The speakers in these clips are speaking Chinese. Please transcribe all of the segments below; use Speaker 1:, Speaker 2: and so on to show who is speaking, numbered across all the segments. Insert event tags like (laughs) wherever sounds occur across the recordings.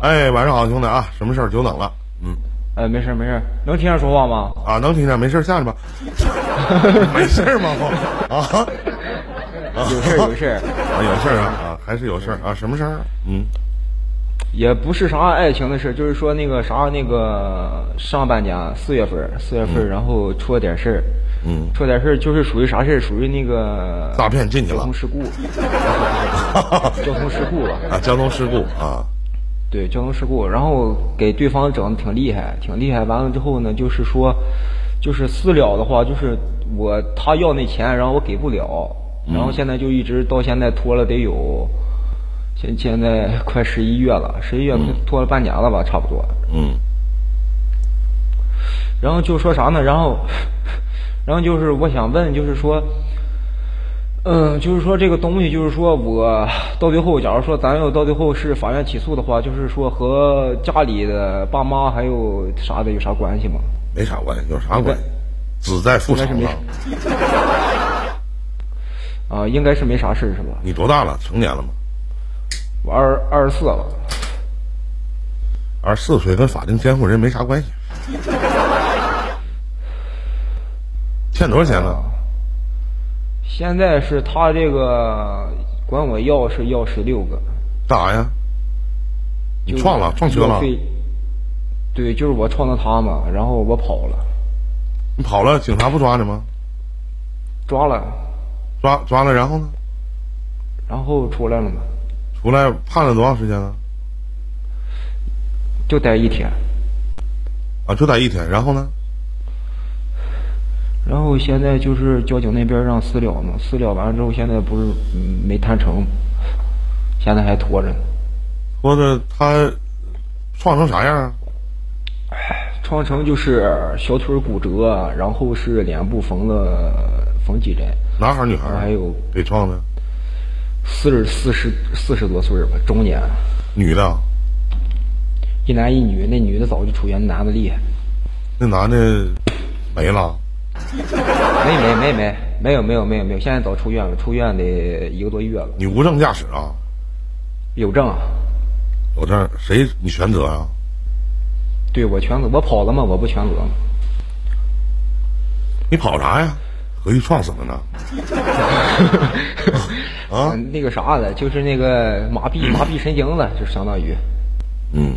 Speaker 1: 哎，晚上好，兄弟啊，什么事儿久等了
Speaker 2: 呃，没事儿没事儿，能听见说话吗？
Speaker 1: 啊？能听见？没事儿下
Speaker 2: (laughs)
Speaker 1: 去吧。没事儿吗？啊，
Speaker 2: 有事儿有事儿，
Speaker 1: 啊，有事儿啊，啊，还是有事儿啊？什么事儿啊？嗯， (laughs)
Speaker 2: 也不是啥爱情的事儿，就是说那个啥那个上半年啊四月份儿四月份儿，然后出了点事儿，
Speaker 1: 嗯，
Speaker 2: 出了点事儿就是属于啥事儿？属于那个
Speaker 1: 诈骗进去了
Speaker 2: 交通事故，交通事故吧，
Speaker 1: 啊，交通事故啊，
Speaker 2: 对交通事故，然后给对方整的挺厉害，挺厉害。完了之后呢，就是说，就是私了的话，就是我他要那钱，然后我给不了，然后现在就一直到现在拖了得有，现现在快十一月了，十一月拖了半年了吧，差不多。
Speaker 1: 嗯
Speaker 2: 然后就说啥呢？然后， (laughs) 然后就是我想问，就是说，嗯，就是说这个东西，就是说我到最后，假如说咱要到最后是法院起诉的话，就是说和家里的爸妈还有啥的有啥关系吗？
Speaker 1: 没啥关系，有啥关系？子在父
Speaker 2: 应该是
Speaker 1: 承
Speaker 2: 没
Speaker 1: 了
Speaker 2: 啥。啊、应该是没啥事儿是吧？
Speaker 1: 你多大了？成年了吗？
Speaker 2: 我二二十四了，
Speaker 1: 二十四岁跟法定监护人没啥关系。欠多少钱
Speaker 2: 哦
Speaker 1: 了？
Speaker 2: 现在是他这个管我要是要十六个，
Speaker 1: 干啥呀？你
Speaker 2: 就是
Speaker 1: 撞了，撞车
Speaker 2: 要
Speaker 1: 了，
Speaker 2: 对对，就是我撞的他嘛，然后我跑了，
Speaker 1: 你跑了，警察不抓你吗？
Speaker 2: 抓了，
Speaker 1: 抓抓了，然后呢？
Speaker 2: 然后出来了嘛，
Speaker 1: 出来判了多长时间呢？
Speaker 2: 就待一天，
Speaker 1: 啊，就待一天。然后呢？
Speaker 2: 然后现在就是交警那边让私了嘛，私了完了之后，现在不是嗯没谈成，现在还拖着呢，
Speaker 1: 说的他撞成啥样啊？
Speaker 2: 创成就是小腿骨折，然后是脸部缝了缝几针，
Speaker 1: 男孩儿女孩儿？
Speaker 2: 还有
Speaker 1: 给撞的，
Speaker 2: 四十四十四十多岁吧，中年，
Speaker 1: 女的啊，
Speaker 2: 一男一女，那女的早就出院，那男的厉害，
Speaker 1: 那男的没了。
Speaker 2: 没没没没没有没有没有没有，现在早出院了，出院得一个多月了，
Speaker 1: 你无证驾驶啊？
Speaker 2: 有证啊，
Speaker 1: 有证谁？你全责啊？
Speaker 2: 对我全责，我跑了嘛，我不全责吗？
Speaker 1: 你跑啥呀？合计撞死了呢？
Speaker 2: (laughs)
Speaker 1: 啊
Speaker 2: 嗯，那个啥的，就是那个麻痹麻痹神经了，就相当于
Speaker 1: 嗯，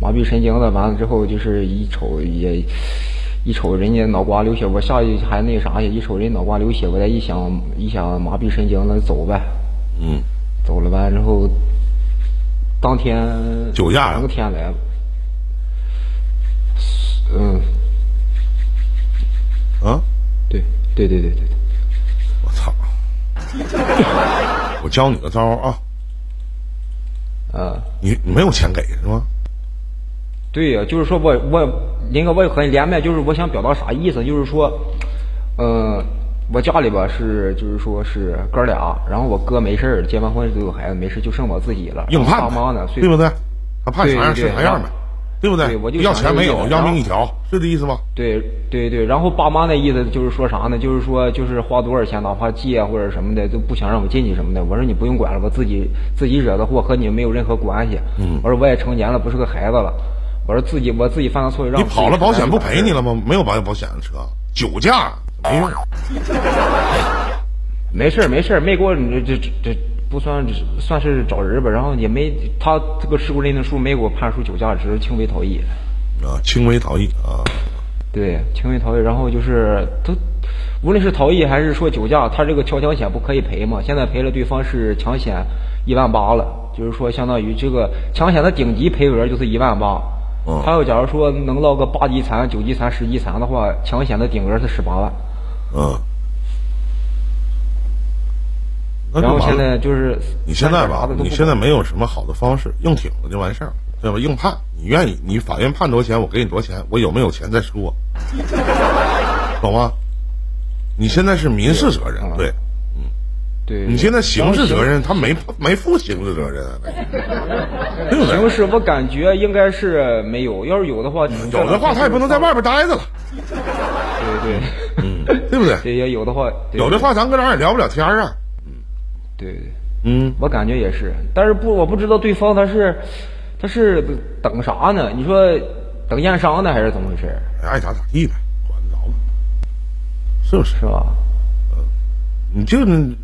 Speaker 2: 麻痹神经了。完了之后，就是一瞅也一瞅人家脑瓜流血，我下去还那啥去，一瞅人脑瓜流血，我再一想一想麻痹神经了，走呗，
Speaker 1: 嗯，
Speaker 2: 走了完之后，当天
Speaker 1: 酒驾呀
Speaker 2: 当天来了，嗯，
Speaker 1: 啊，
Speaker 2: 对对对对对对，
Speaker 1: 我操！ (laughs) 我教你个招儿啊，
Speaker 2: 啊、
Speaker 1: 你你没有钱给是吗？
Speaker 2: 对呀、就是说我我林哥，我也很连麦，就是我想表达啥意思，就是说，呃，我家里吧是就是说是哥俩，然后我哥没事儿，结完婚都有孩子，没事就剩我自己了，
Speaker 1: 硬
Speaker 2: 然后
Speaker 1: 判
Speaker 2: 爸妈呢
Speaker 1: 呗，，
Speaker 2: 虽
Speaker 1: 对不对？他判啥样
Speaker 2: 对对
Speaker 1: 是啥样呗，对不
Speaker 2: 对我就
Speaker 1: 要
Speaker 2: 想
Speaker 1: 钱没
Speaker 2: 这
Speaker 1: 有，
Speaker 2: 个
Speaker 1: 要
Speaker 2: 然后
Speaker 1: 命一条，是这意思吧？
Speaker 2: 对对对，然后爸妈那意思就是说啥呢？就是说就是花多少钱，哪怕借啊或者什么的，都不想让我进去什么的。我说你不用管了，我自己自己惹的祸和你没有任何关系。
Speaker 1: 嗯
Speaker 2: 我说我也成年了，不是个孩子了。我说自己我自己犯了错，让
Speaker 1: 你
Speaker 2: 我自己
Speaker 1: 跑了，
Speaker 2: 承
Speaker 1: 保
Speaker 2: 担
Speaker 1: 险
Speaker 2: 就
Speaker 1: 不
Speaker 2: 完
Speaker 1: 赔
Speaker 2: 事儿
Speaker 1: 你了吗？没有保保险的车，酒驾没用。
Speaker 2: 没事儿，没事儿，没给我这这这不算算是找人吧，然后也没他这个事故认定书没给我判处酒驾，只是轻微逃逸，
Speaker 1: 啊，轻微逃逸啊，
Speaker 2: 对，轻微逃逸。然后就是他，无论是逃逸还是说酒驾，他这个调强险不可以赔嘛？现在赔了对方是强险一万八了，就是说相当于这个强险的顶级赔额就是一万八
Speaker 1: 嗯。
Speaker 2: 他要假如说能落个八级残、九级残、十级残的话，强险的顶额是十八万。
Speaker 1: 嗯。那就
Speaker 2: 然后
Speaker 1: 完
Speaker 2: 现
Speaker 1: 了
Speaker 2: 在就是
Speaker 1: 你现在吧
Speaker 2: 干啥的都，不
Speaker 1: 你
Speaker 2: 管
Speaker 1: 现在没有什么好的方式，硬挺着就完事儿，对吧？硬判，你愿意，你法院判多少钱，我给你多少钱，我有没有钱再说，懂吗？你现在是民事责
Speaker 2: 嗯
Speaker 1: 任，对
Speaker 2: 对，
Speaker 1: 你现在刑事
Speaker 2: 然后
Speaker 1: 责任，他没没负刑事责任，啊 (laughs) 对不对
Speaker 2: 形？式我感觉应该是没有，要是有的话，
Speaker 1: 嗯有的话他也不能在外边待着了，
Speaker 2: 对对，
Speaker 1: 对不对？
Speaker 2: 这 (laughs) 也有的话，对
Speaker 1: 有的话咱哥俩也聊不了天儿啊，
Speaker 2: 对对，
Speaker 1: 嗯。
Speaker 2: 我感觉也是，但是不，我不知道对方他是他是等啥呢？你说等验伤呢，还是怎么回事？
Speaker 1: 哎爱咋咋地呗，管得着吗？是不是？
Speaker 2: 是吧？
Speaker 1: 你就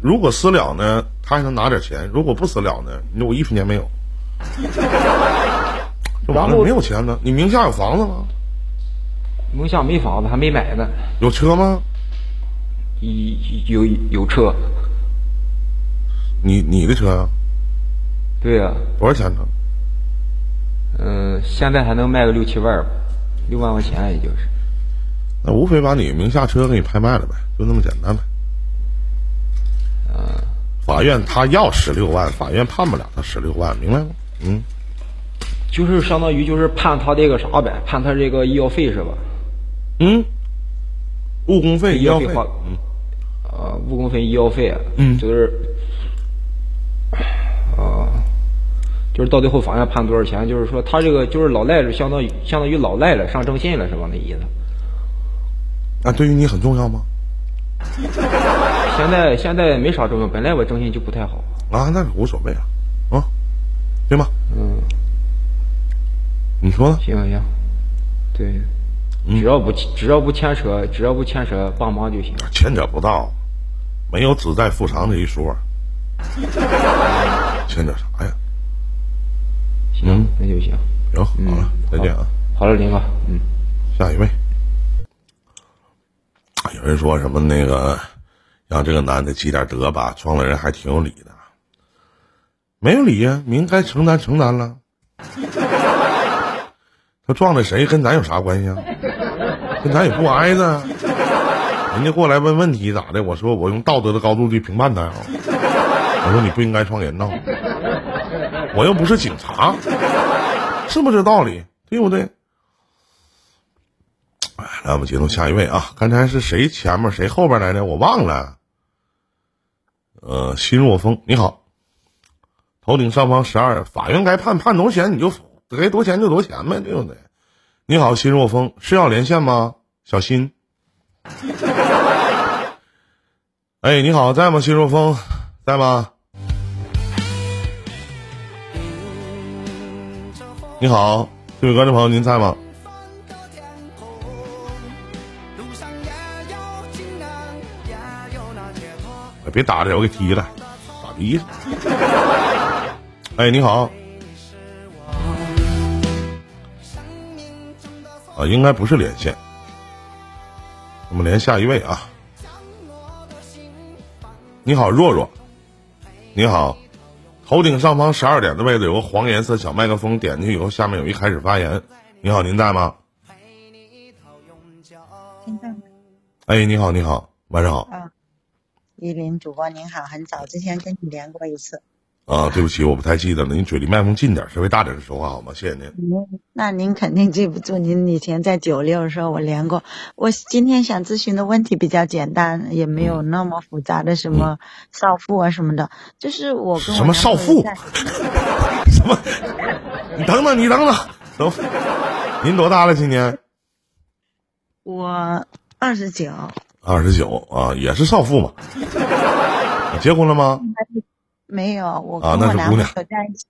Speaker 1: 如果私了呢，他还能拿点钱；如果不私了呢，你我一分钱没有，就完
Speaker 2: 然
Speaker 1: 了，
Speaker 2: 后
Speaker 1: 没有钱呢。你名下有房子吗？
Speaker 2: 梦想没房子，还没买呢，
Speaker 1: 有车吗？
Speaker 2: 有有有车，
Speaker 1: 你你的车啊？
Speaker 2: 对呀、
Speaker 1: 多少钱呢？
Speaker 2: 嗯、现在还能卖个六七万吧，六万块钱也就是。
Speaker 1: 那无非把你名下车给你拍卖了呗，就那么简单呗。法院他要十六万，法院判不了他十六万，明白吗？嗯，
Speaker 2: 就是相当于就是判他这个啥呗，判他这个医药费是吧？
Speaker 1: 嗯，误工费、医药费，
Speaker 2: 花，嗯，呃，误工费、医药费，嗯，就是，啊、就是到最后法院判多少钱？就是说他这个就是老赖了，相当于相当于老赖了，上征信了是吧？那意思。
Speaker 1: 那、啊对于你很重要吗？
Speaker 2: 现在现在没啥作用，本来我征信就不太好，
Speaker 1: 啊，那无所谓啊，啊，对吗？嗯，你说呢？
Speaker 2: 行行，对，
Speaker 1: 嗯
Speaker 2: 只要不只要不牵扯，只要不牵扯爸妈就行。
Speaker 1: 牵扯不到，没有旨在复偿这一 (laughs) 说，牵扯啥呀？
Speaker 2: 行，
Speaker 1: 嗯
Speaker 2: 那就行。
Speaker 1: 行，好了，再见啊，
Speaker 2: 好了，林哥，嗯，
Speaker 1: 下一位。有人说什么那个，让这个男的积点德吧，撞了人还挺有理的，没有理呀，你应该承担承担了。他撞了谁跟咱有啥关系啊？跟咱也不挨着。人家过来问问题咋的？我说我用道德的高度去评判他呀。我说你不应该撞人呐，我又不是警察，是不是这道理？对不对？哎，来，我们接通下一位啊。刚才是谁前面谁后边来的？我忘了。呃，心若风，你好。头顶上方十二，法院该判判多少钱你就该多少钱就多少钱呗，对不对？你好，心若风，是要连线吗？小新。哎，你好，在吗？心若风，在吗？你好，这位观众朋友，您在吗？
Speaker 3: 翻到天空，路上也有情人，也有那解脱。
Speaker 1: 哎别打着我给踢了，傻逼！ (laughs) 哎，你好，
Speaker 3: 生命中的所
Speaker 1: 啊，应该不是连线，我们连下一位啊。
Speaker 3: 降落的心，放
Speaker 1: 你好，若若，你好，头顶上方十二点的位置有个黄颜色小麦克风，点进去以后，下面有一开始发言。你好，您在吗？
Speaker 3: 陪你到永久。
Speaker 4: 听到吗
Speaker 1: 哎，你好，你好，晚上好
Speaker 4: 啊，依林主播您好，很早之前跟你连过一次，
Speaker 1: 啊，对不起，我不太记得了，您嘴离麦克风近点，稍微大点说话好吗？谢谢您。
Speaker 4: 您那您肯定记不住，您以前在九六的时候我连过。我今天想咨询的问题比较简单，也没有那么复杂的什么少妇啊什么的，就是我跟我
Speaker 1: 什么
Speaker 4: 男
Speaker 1: 少
Speaker 4: 朋
Speaker 1: 妇
Speaker 4: 友在？
Speaker 1: 什么？你等等，你等等，等会儿。您多大了？今年
Speaker 4: 我二十九，
Speaker 1: 二十九啊，也是少妇嘛。 (laughs) 结婚了吗？
Speaker 4: 没有，我跟
Speaker 1: 啊那
Speaker 4: 我
Speaker 1: 是
Speaker 4: 男
Speaker 1: 姑
Speaker 4: 朋
Speaker 1: 娘
Speaker 4: 友在一起，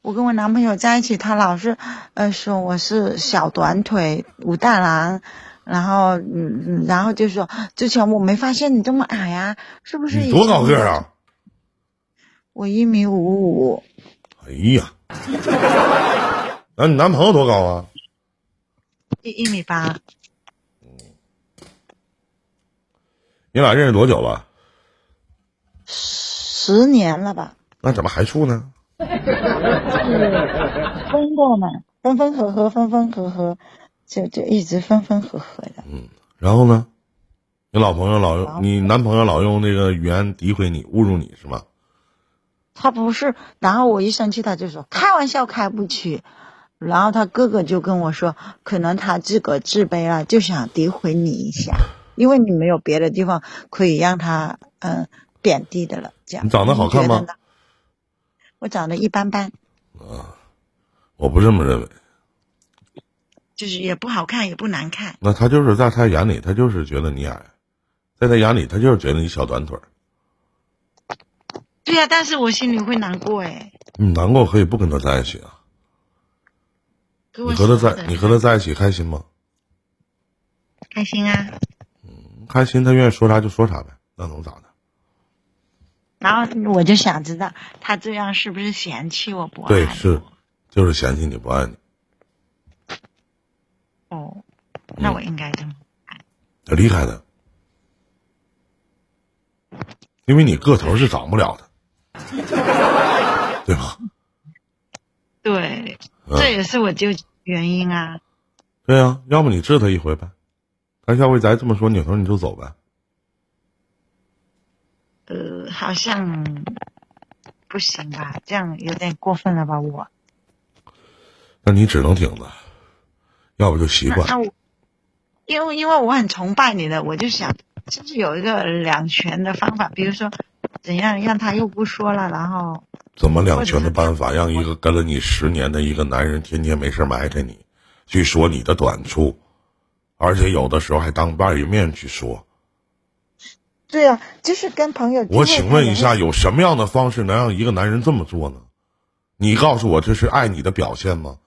Speaker 4: 我跟我男朋友在一起，他老是，呃，说我是小短腿武大郎，然后，嗯，嗯然后就说之前我没发现你这么矮呀、是不是？
Speaker 1: 你多高个儿？啊？
Speaker 4: 我一米五五，
Speaker 1: 哎呀， (laughs) 那、你男朋友多高啊？
Speaker 4: 一一米八，
Speaker 1: 你俩认识多久了？
Speaker 4: 十年了吧？
Speaker 1: 那怎么还处呢？
Speaker 4: 分过嘛，分分合合，分分合合，就就一直分分合合的。
Speaker 1: 然后呢？你老朋友老
Speaker 4: 然后
Speaker 1: 用你男朋友老用那个语言诋毁你、侮辱你是吗？
Speaker 4: 他不是，然后我一生气，他就说开玩笑开不起，然后他哥哥就跟我说，可能他自个儿自卑了，就想诋毁你一下，因为你没有别的地方可以让他嗯、呃贬低的了。这样
Speaker 1: 你长得好看吗
Speaker 4: 你觉得呢？我长得一般般，
Speaker 1: 我不这么认为。
Speaker 4: 就是也不好看，也不难看。
Speaker 1: 那他就是在他眼里，他就是觉得你矮，在他眼里，他就是觉得你小短腿儿。
Speaker 4: 对呀、但是我心里会难过哎。
Speaker 1: 你难过可以不跟他在一起啊，
Speaker 4: 给我
Speaker 1: 你和他在
Speaker 4: 想死
Speaker 1: 你和他在一起开心吗？
Speaker 4: 开心啊。
Speaker 1: 开心，他愿意说啥就说啥呗，那能咋的？
Speaker 4: 然后我就想知道他这样是不是嫌弃我不爱我？
Speaker 1: 对，是，就是嫌弃你不爱你，
Speaker 4: 哦，那我应该怎么？
Speaker 1: 得离开他，因为你个头是长不了的，对吧？
Speaker 4: 对，
Speaker 1: 嗯
Speaker 4: 这也是我纠结原因啊。
Speaker 1: 对呀、要么你治他一回呗，他下回再这么说，扭头你就走呗。
Speaker 4: 呃，好像不行吧，这样有点过分了吧？我
Speaker 1: 那你只能挺着，要不就习
Speaker 4: 那
Speaker 1: 惯。
Speaker 4: 那我，因为因为我很崇拜你的，我就想是不是有一个两全的方法，比如说怎样让他又不说了，然后
Speaker 1: 怎么两全的办法，让一个跟了你十年的一个男人天天没事埋汰你，去说你的短处，而且有的时候还当面儿面去说。
Speaker 4: 对啊，就是跟朋友。
Speaker 1: 我请问一下，，有什么样的方式能让一个男人这么做呢？你告诉我，这是爱你的表现吗？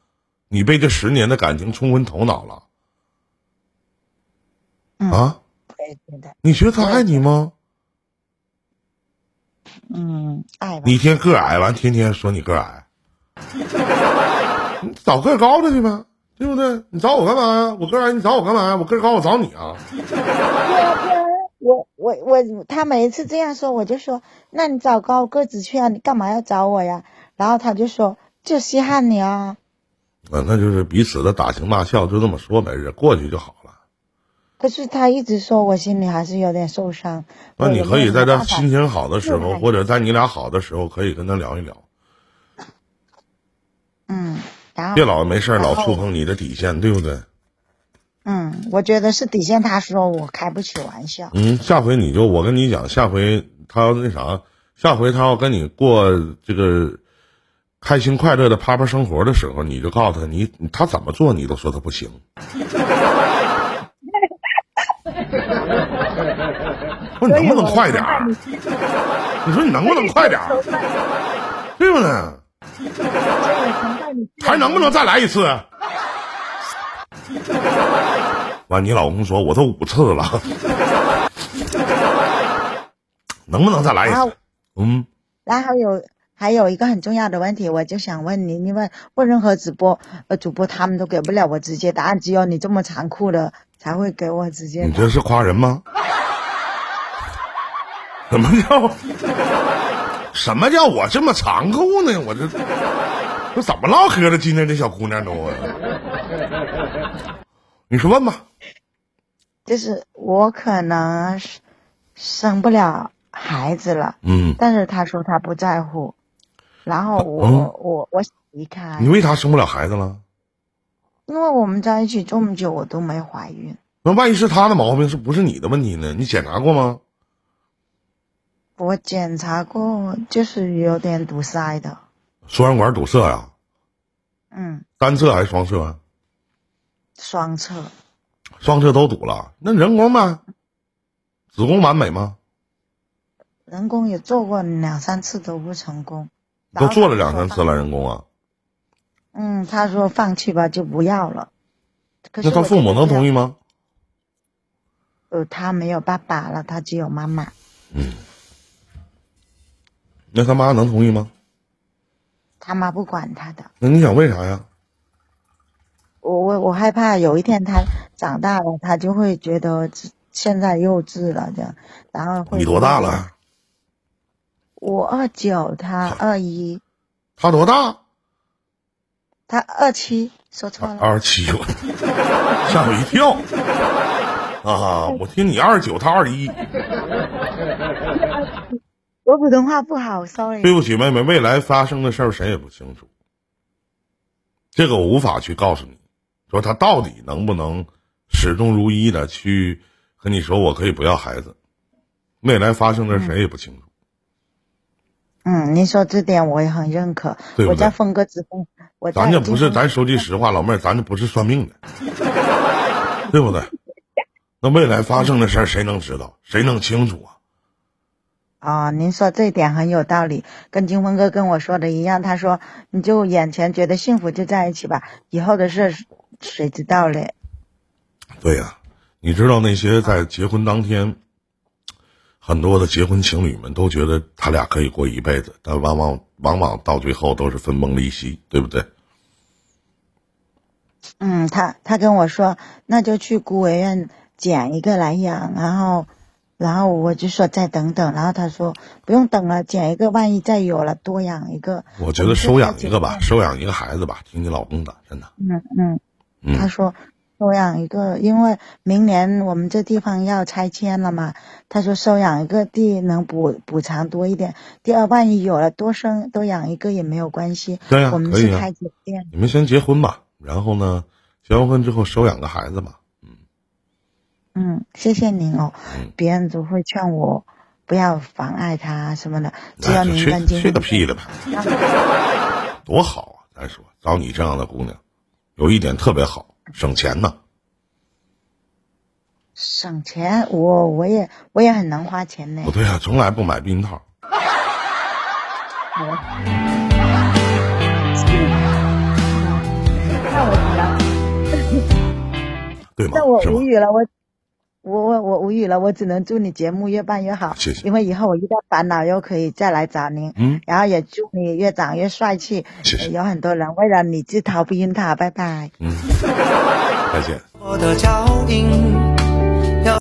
Speaker 1: 你被这十年的感情冲昏头脑了？
Speaker 4: 嗯
Speaker 1: 啊？
Speaker 4: 我也觉得，
Speaker 1: 你觉得他爱你吗？
Speaker 4: 嗯，爱吧
Speaker 1: 你，一天个矮，完天天说你个
Speaker 4: (laughs)
Speaker 1: 矮，你找个高的去呗，对不对？你找我干嘛呀？我个矮，你找我干嘛呀？我个高，我找你啊？
Speaker 4: 我我我，他每一次这样说，我就说，那你找高个子去啊，你干嘛要找我呀？然后他就说，就稀罕你啊，
Speaker 1: 啊，那就是彼此的打情骂俏，就这么说呗，人过去就好了。
Speaker 4: 可是他一直说，我心里还是有点受伤。
Speaker 1: 那你可以在他
Speaker 4: 心
Speaker 1: 心情好的时
Speaker 4: 又
Speaker 1: 候，
Speaker 4: 来
Speaker 1: 或者在你俩好的时候，可以跟他聊一聊，
Speaker 4: 嗯，然后
Speaker 1: 别老没事儿老
Speaker 4: 然后
Speaker 1: 触碰你的底线，对不对？
Speaker 4: 嗯，我觉得是底线。他说我开不起玩笑，
Speaker 1: 嗯，下回你就我跟你讲，下回他要那啥，下回他要跟你过这个开心快乐的啪啪生活的时候，你就告诉他你你他怎么做你都说他不行，我说你能不能快点儿？你说你能不能快点儿？对不对？还能不能再来一次？啊完，你老公说我都五次了，能不能再来一
Speaker 4: 然后
Speaker 1: 次？嗯，
Speaker 4: 然后还有还有一个很重要的问题，我就想问你，因为问任何直播呃主播他们都给不了我直接答案，只有你这么残酷的才会给我直接
Speaker 1: 你
Speaker 4: 答
Speaker 1: 这是夸人吗？什么叫什么叫我这么残酷呢？我这这怎么唠嗑了？今天这小姑娘都啊，你说问吧，
Speaker 4: 就是我可能是生不了孩子了，
Speaker 1: 嗯，
Speaker 4: 但是他说他不在乎，然后我、
Speaker 1: 嗯
Speaker 4: 我我想离开
Speaker 1: 你，为啥生不了孩子了？
Speaker 4: 因为我们在一起这么久，我都没怀孕，
Speaker 1: 那万一是他的毛病，是不是你的问题呢？你检查过吗？
Speaker 4: 我检查过，就是有点堵塞的，
Speaker 1: 输卵管堵塞呀、
Speaker 4: 嗯，
Speaker 1: 单侧还是双侧啊？
Speaker 4: 双侧，
Speaker 1: 双侧都堵了，那人工呗，子宫完美吗？
Speaker 4: 人工也做过两三次都不成功，
Speaker 1: 都做了两三次了人工啊，
Speaker 4: 嗯，他说放弃吧，就不要了。可是
Speaker 1: 那他父母能同
Speaker 4: 意？
Speaker 1: 意吗？
Speaker 4: 呃，他没有爸爸了，他只有妈妈。
Speaker 1: 那他妈能同意吗？
Speaker 4: 他妈不管他的。
Speaker 1: 那你想为啥呀？
Speaker 4: 我我我害怕有一天他长大了，他就会觉得自现在幼稚了这样，然后会。
Speaker 1: 你多大？了？
Speaker 4: 我二九，他二一，
Speaker 1: 他多大？
Speaker 4: 他二七，说错了。
Speaker 1: 二十七，我 (laughs) 吓我一跳啊！我听你二十九，他二十一。
Speaker 4: 我普通话不好，sorry。
Speaker 1: 对不起，妹妹，未来发生的事儿谁也不清楚，这个我无法去告诉你，说他到底能不能始终如一的去和你说我可以不要孩子，未来发生的事儿谁也不清楚。
Speaker 4: 嗯，你说这点我也很认可。
Speaker 1: 对不对
Speaker 4: 我在峰哥直播，我在
Speaker 1: 咱这不是，
Speaker 4: 今天
Speaker 1: 咱说句实话，老妹儿，咱这不是算命的，对不对？那未来发生的事儿谁能知道？谁能清楚啊？
Speaker 4: 啊、您说这点很有道理，跟金峰哥跟我说的一样。他说，你就眼前觉得幸福就在一起吧，以后的事谁知道嘞？
Speaker 1: 对呀、你知道那些在结婚当天，很多的结婚情侣们都觉得他俩可以过一辈子，但往往往往到最后都是分崩离析，对不对？
Speaker 4: 嗯，他他跟我说，那就去孤儿院捡一个来养，然后，然后我就说再等等，然后他说不用等了，捡一个，万一再有了多养一个。
Speaker 1: 我觉得收养一个吧，收养一个孩子吧，听你老公的，真的。
Speaker 4: 嗯嗯，
Speaker 1: 嗯
Speaker 4: 他说收养一个，因为明年我们这地方要拆迁了嘛，他说收养一个地能补补偿多一点。第二，万一有了多生多养一个也没有关系。
Speaker 1: 对呀
Speaker 4: 我们
Speaker 1: 可以
Speaker 4: 是
Speaker 1: 啊
Speaker 4: 开酒店，
Speaker 1: 你们先结婚吧，然后呢，结完婚之后收养个孩子吧。
Speaker 4: 嗯，谢谢您哦。
Speaker 1: 嗯
Speaker 4: 别人总会劝我不要妨碍他什么的，只
Speaker 1: 哎
Speaker 4: 要
Speaker 1: 就
Speaker 4: 您跟
Speaker 1: 去
Speaker 4: 金
Speaker 1: 去个
Speaker 4: 峰
Speaker 1: 屁的吧，多好啊！咱说找你这样的姑娘，有一点特别好，省钱呢。
Speaker 4: 省钱，我我也我也很能花钱呢
Speaker 1: 不。对啊，从来不买避孕套。
Speaker 4: 那我怎么？
Speaker 1: 对吗
Speaker 4: 那我？
Speaker 1: 是吗
Speaker 4: 无？语了，我我我我无语了，我只能祝你节目越办越好，
Speaker 1: 谢谢
Speaker 4: 因为以后我遇到烦恼又可以再来找您，
Speaker 1: 嗯，
Speaker 4: 然后也祝你越长越帅气，
Speaker 1: 谢
Speaker 4: 呃
Speaker 1: 谢。
Speaker 4: 有很多人为了你去逃避孕塔，拜拜。
Speaker 1: 嗯，再见。
Speaker 3: 我的脚印。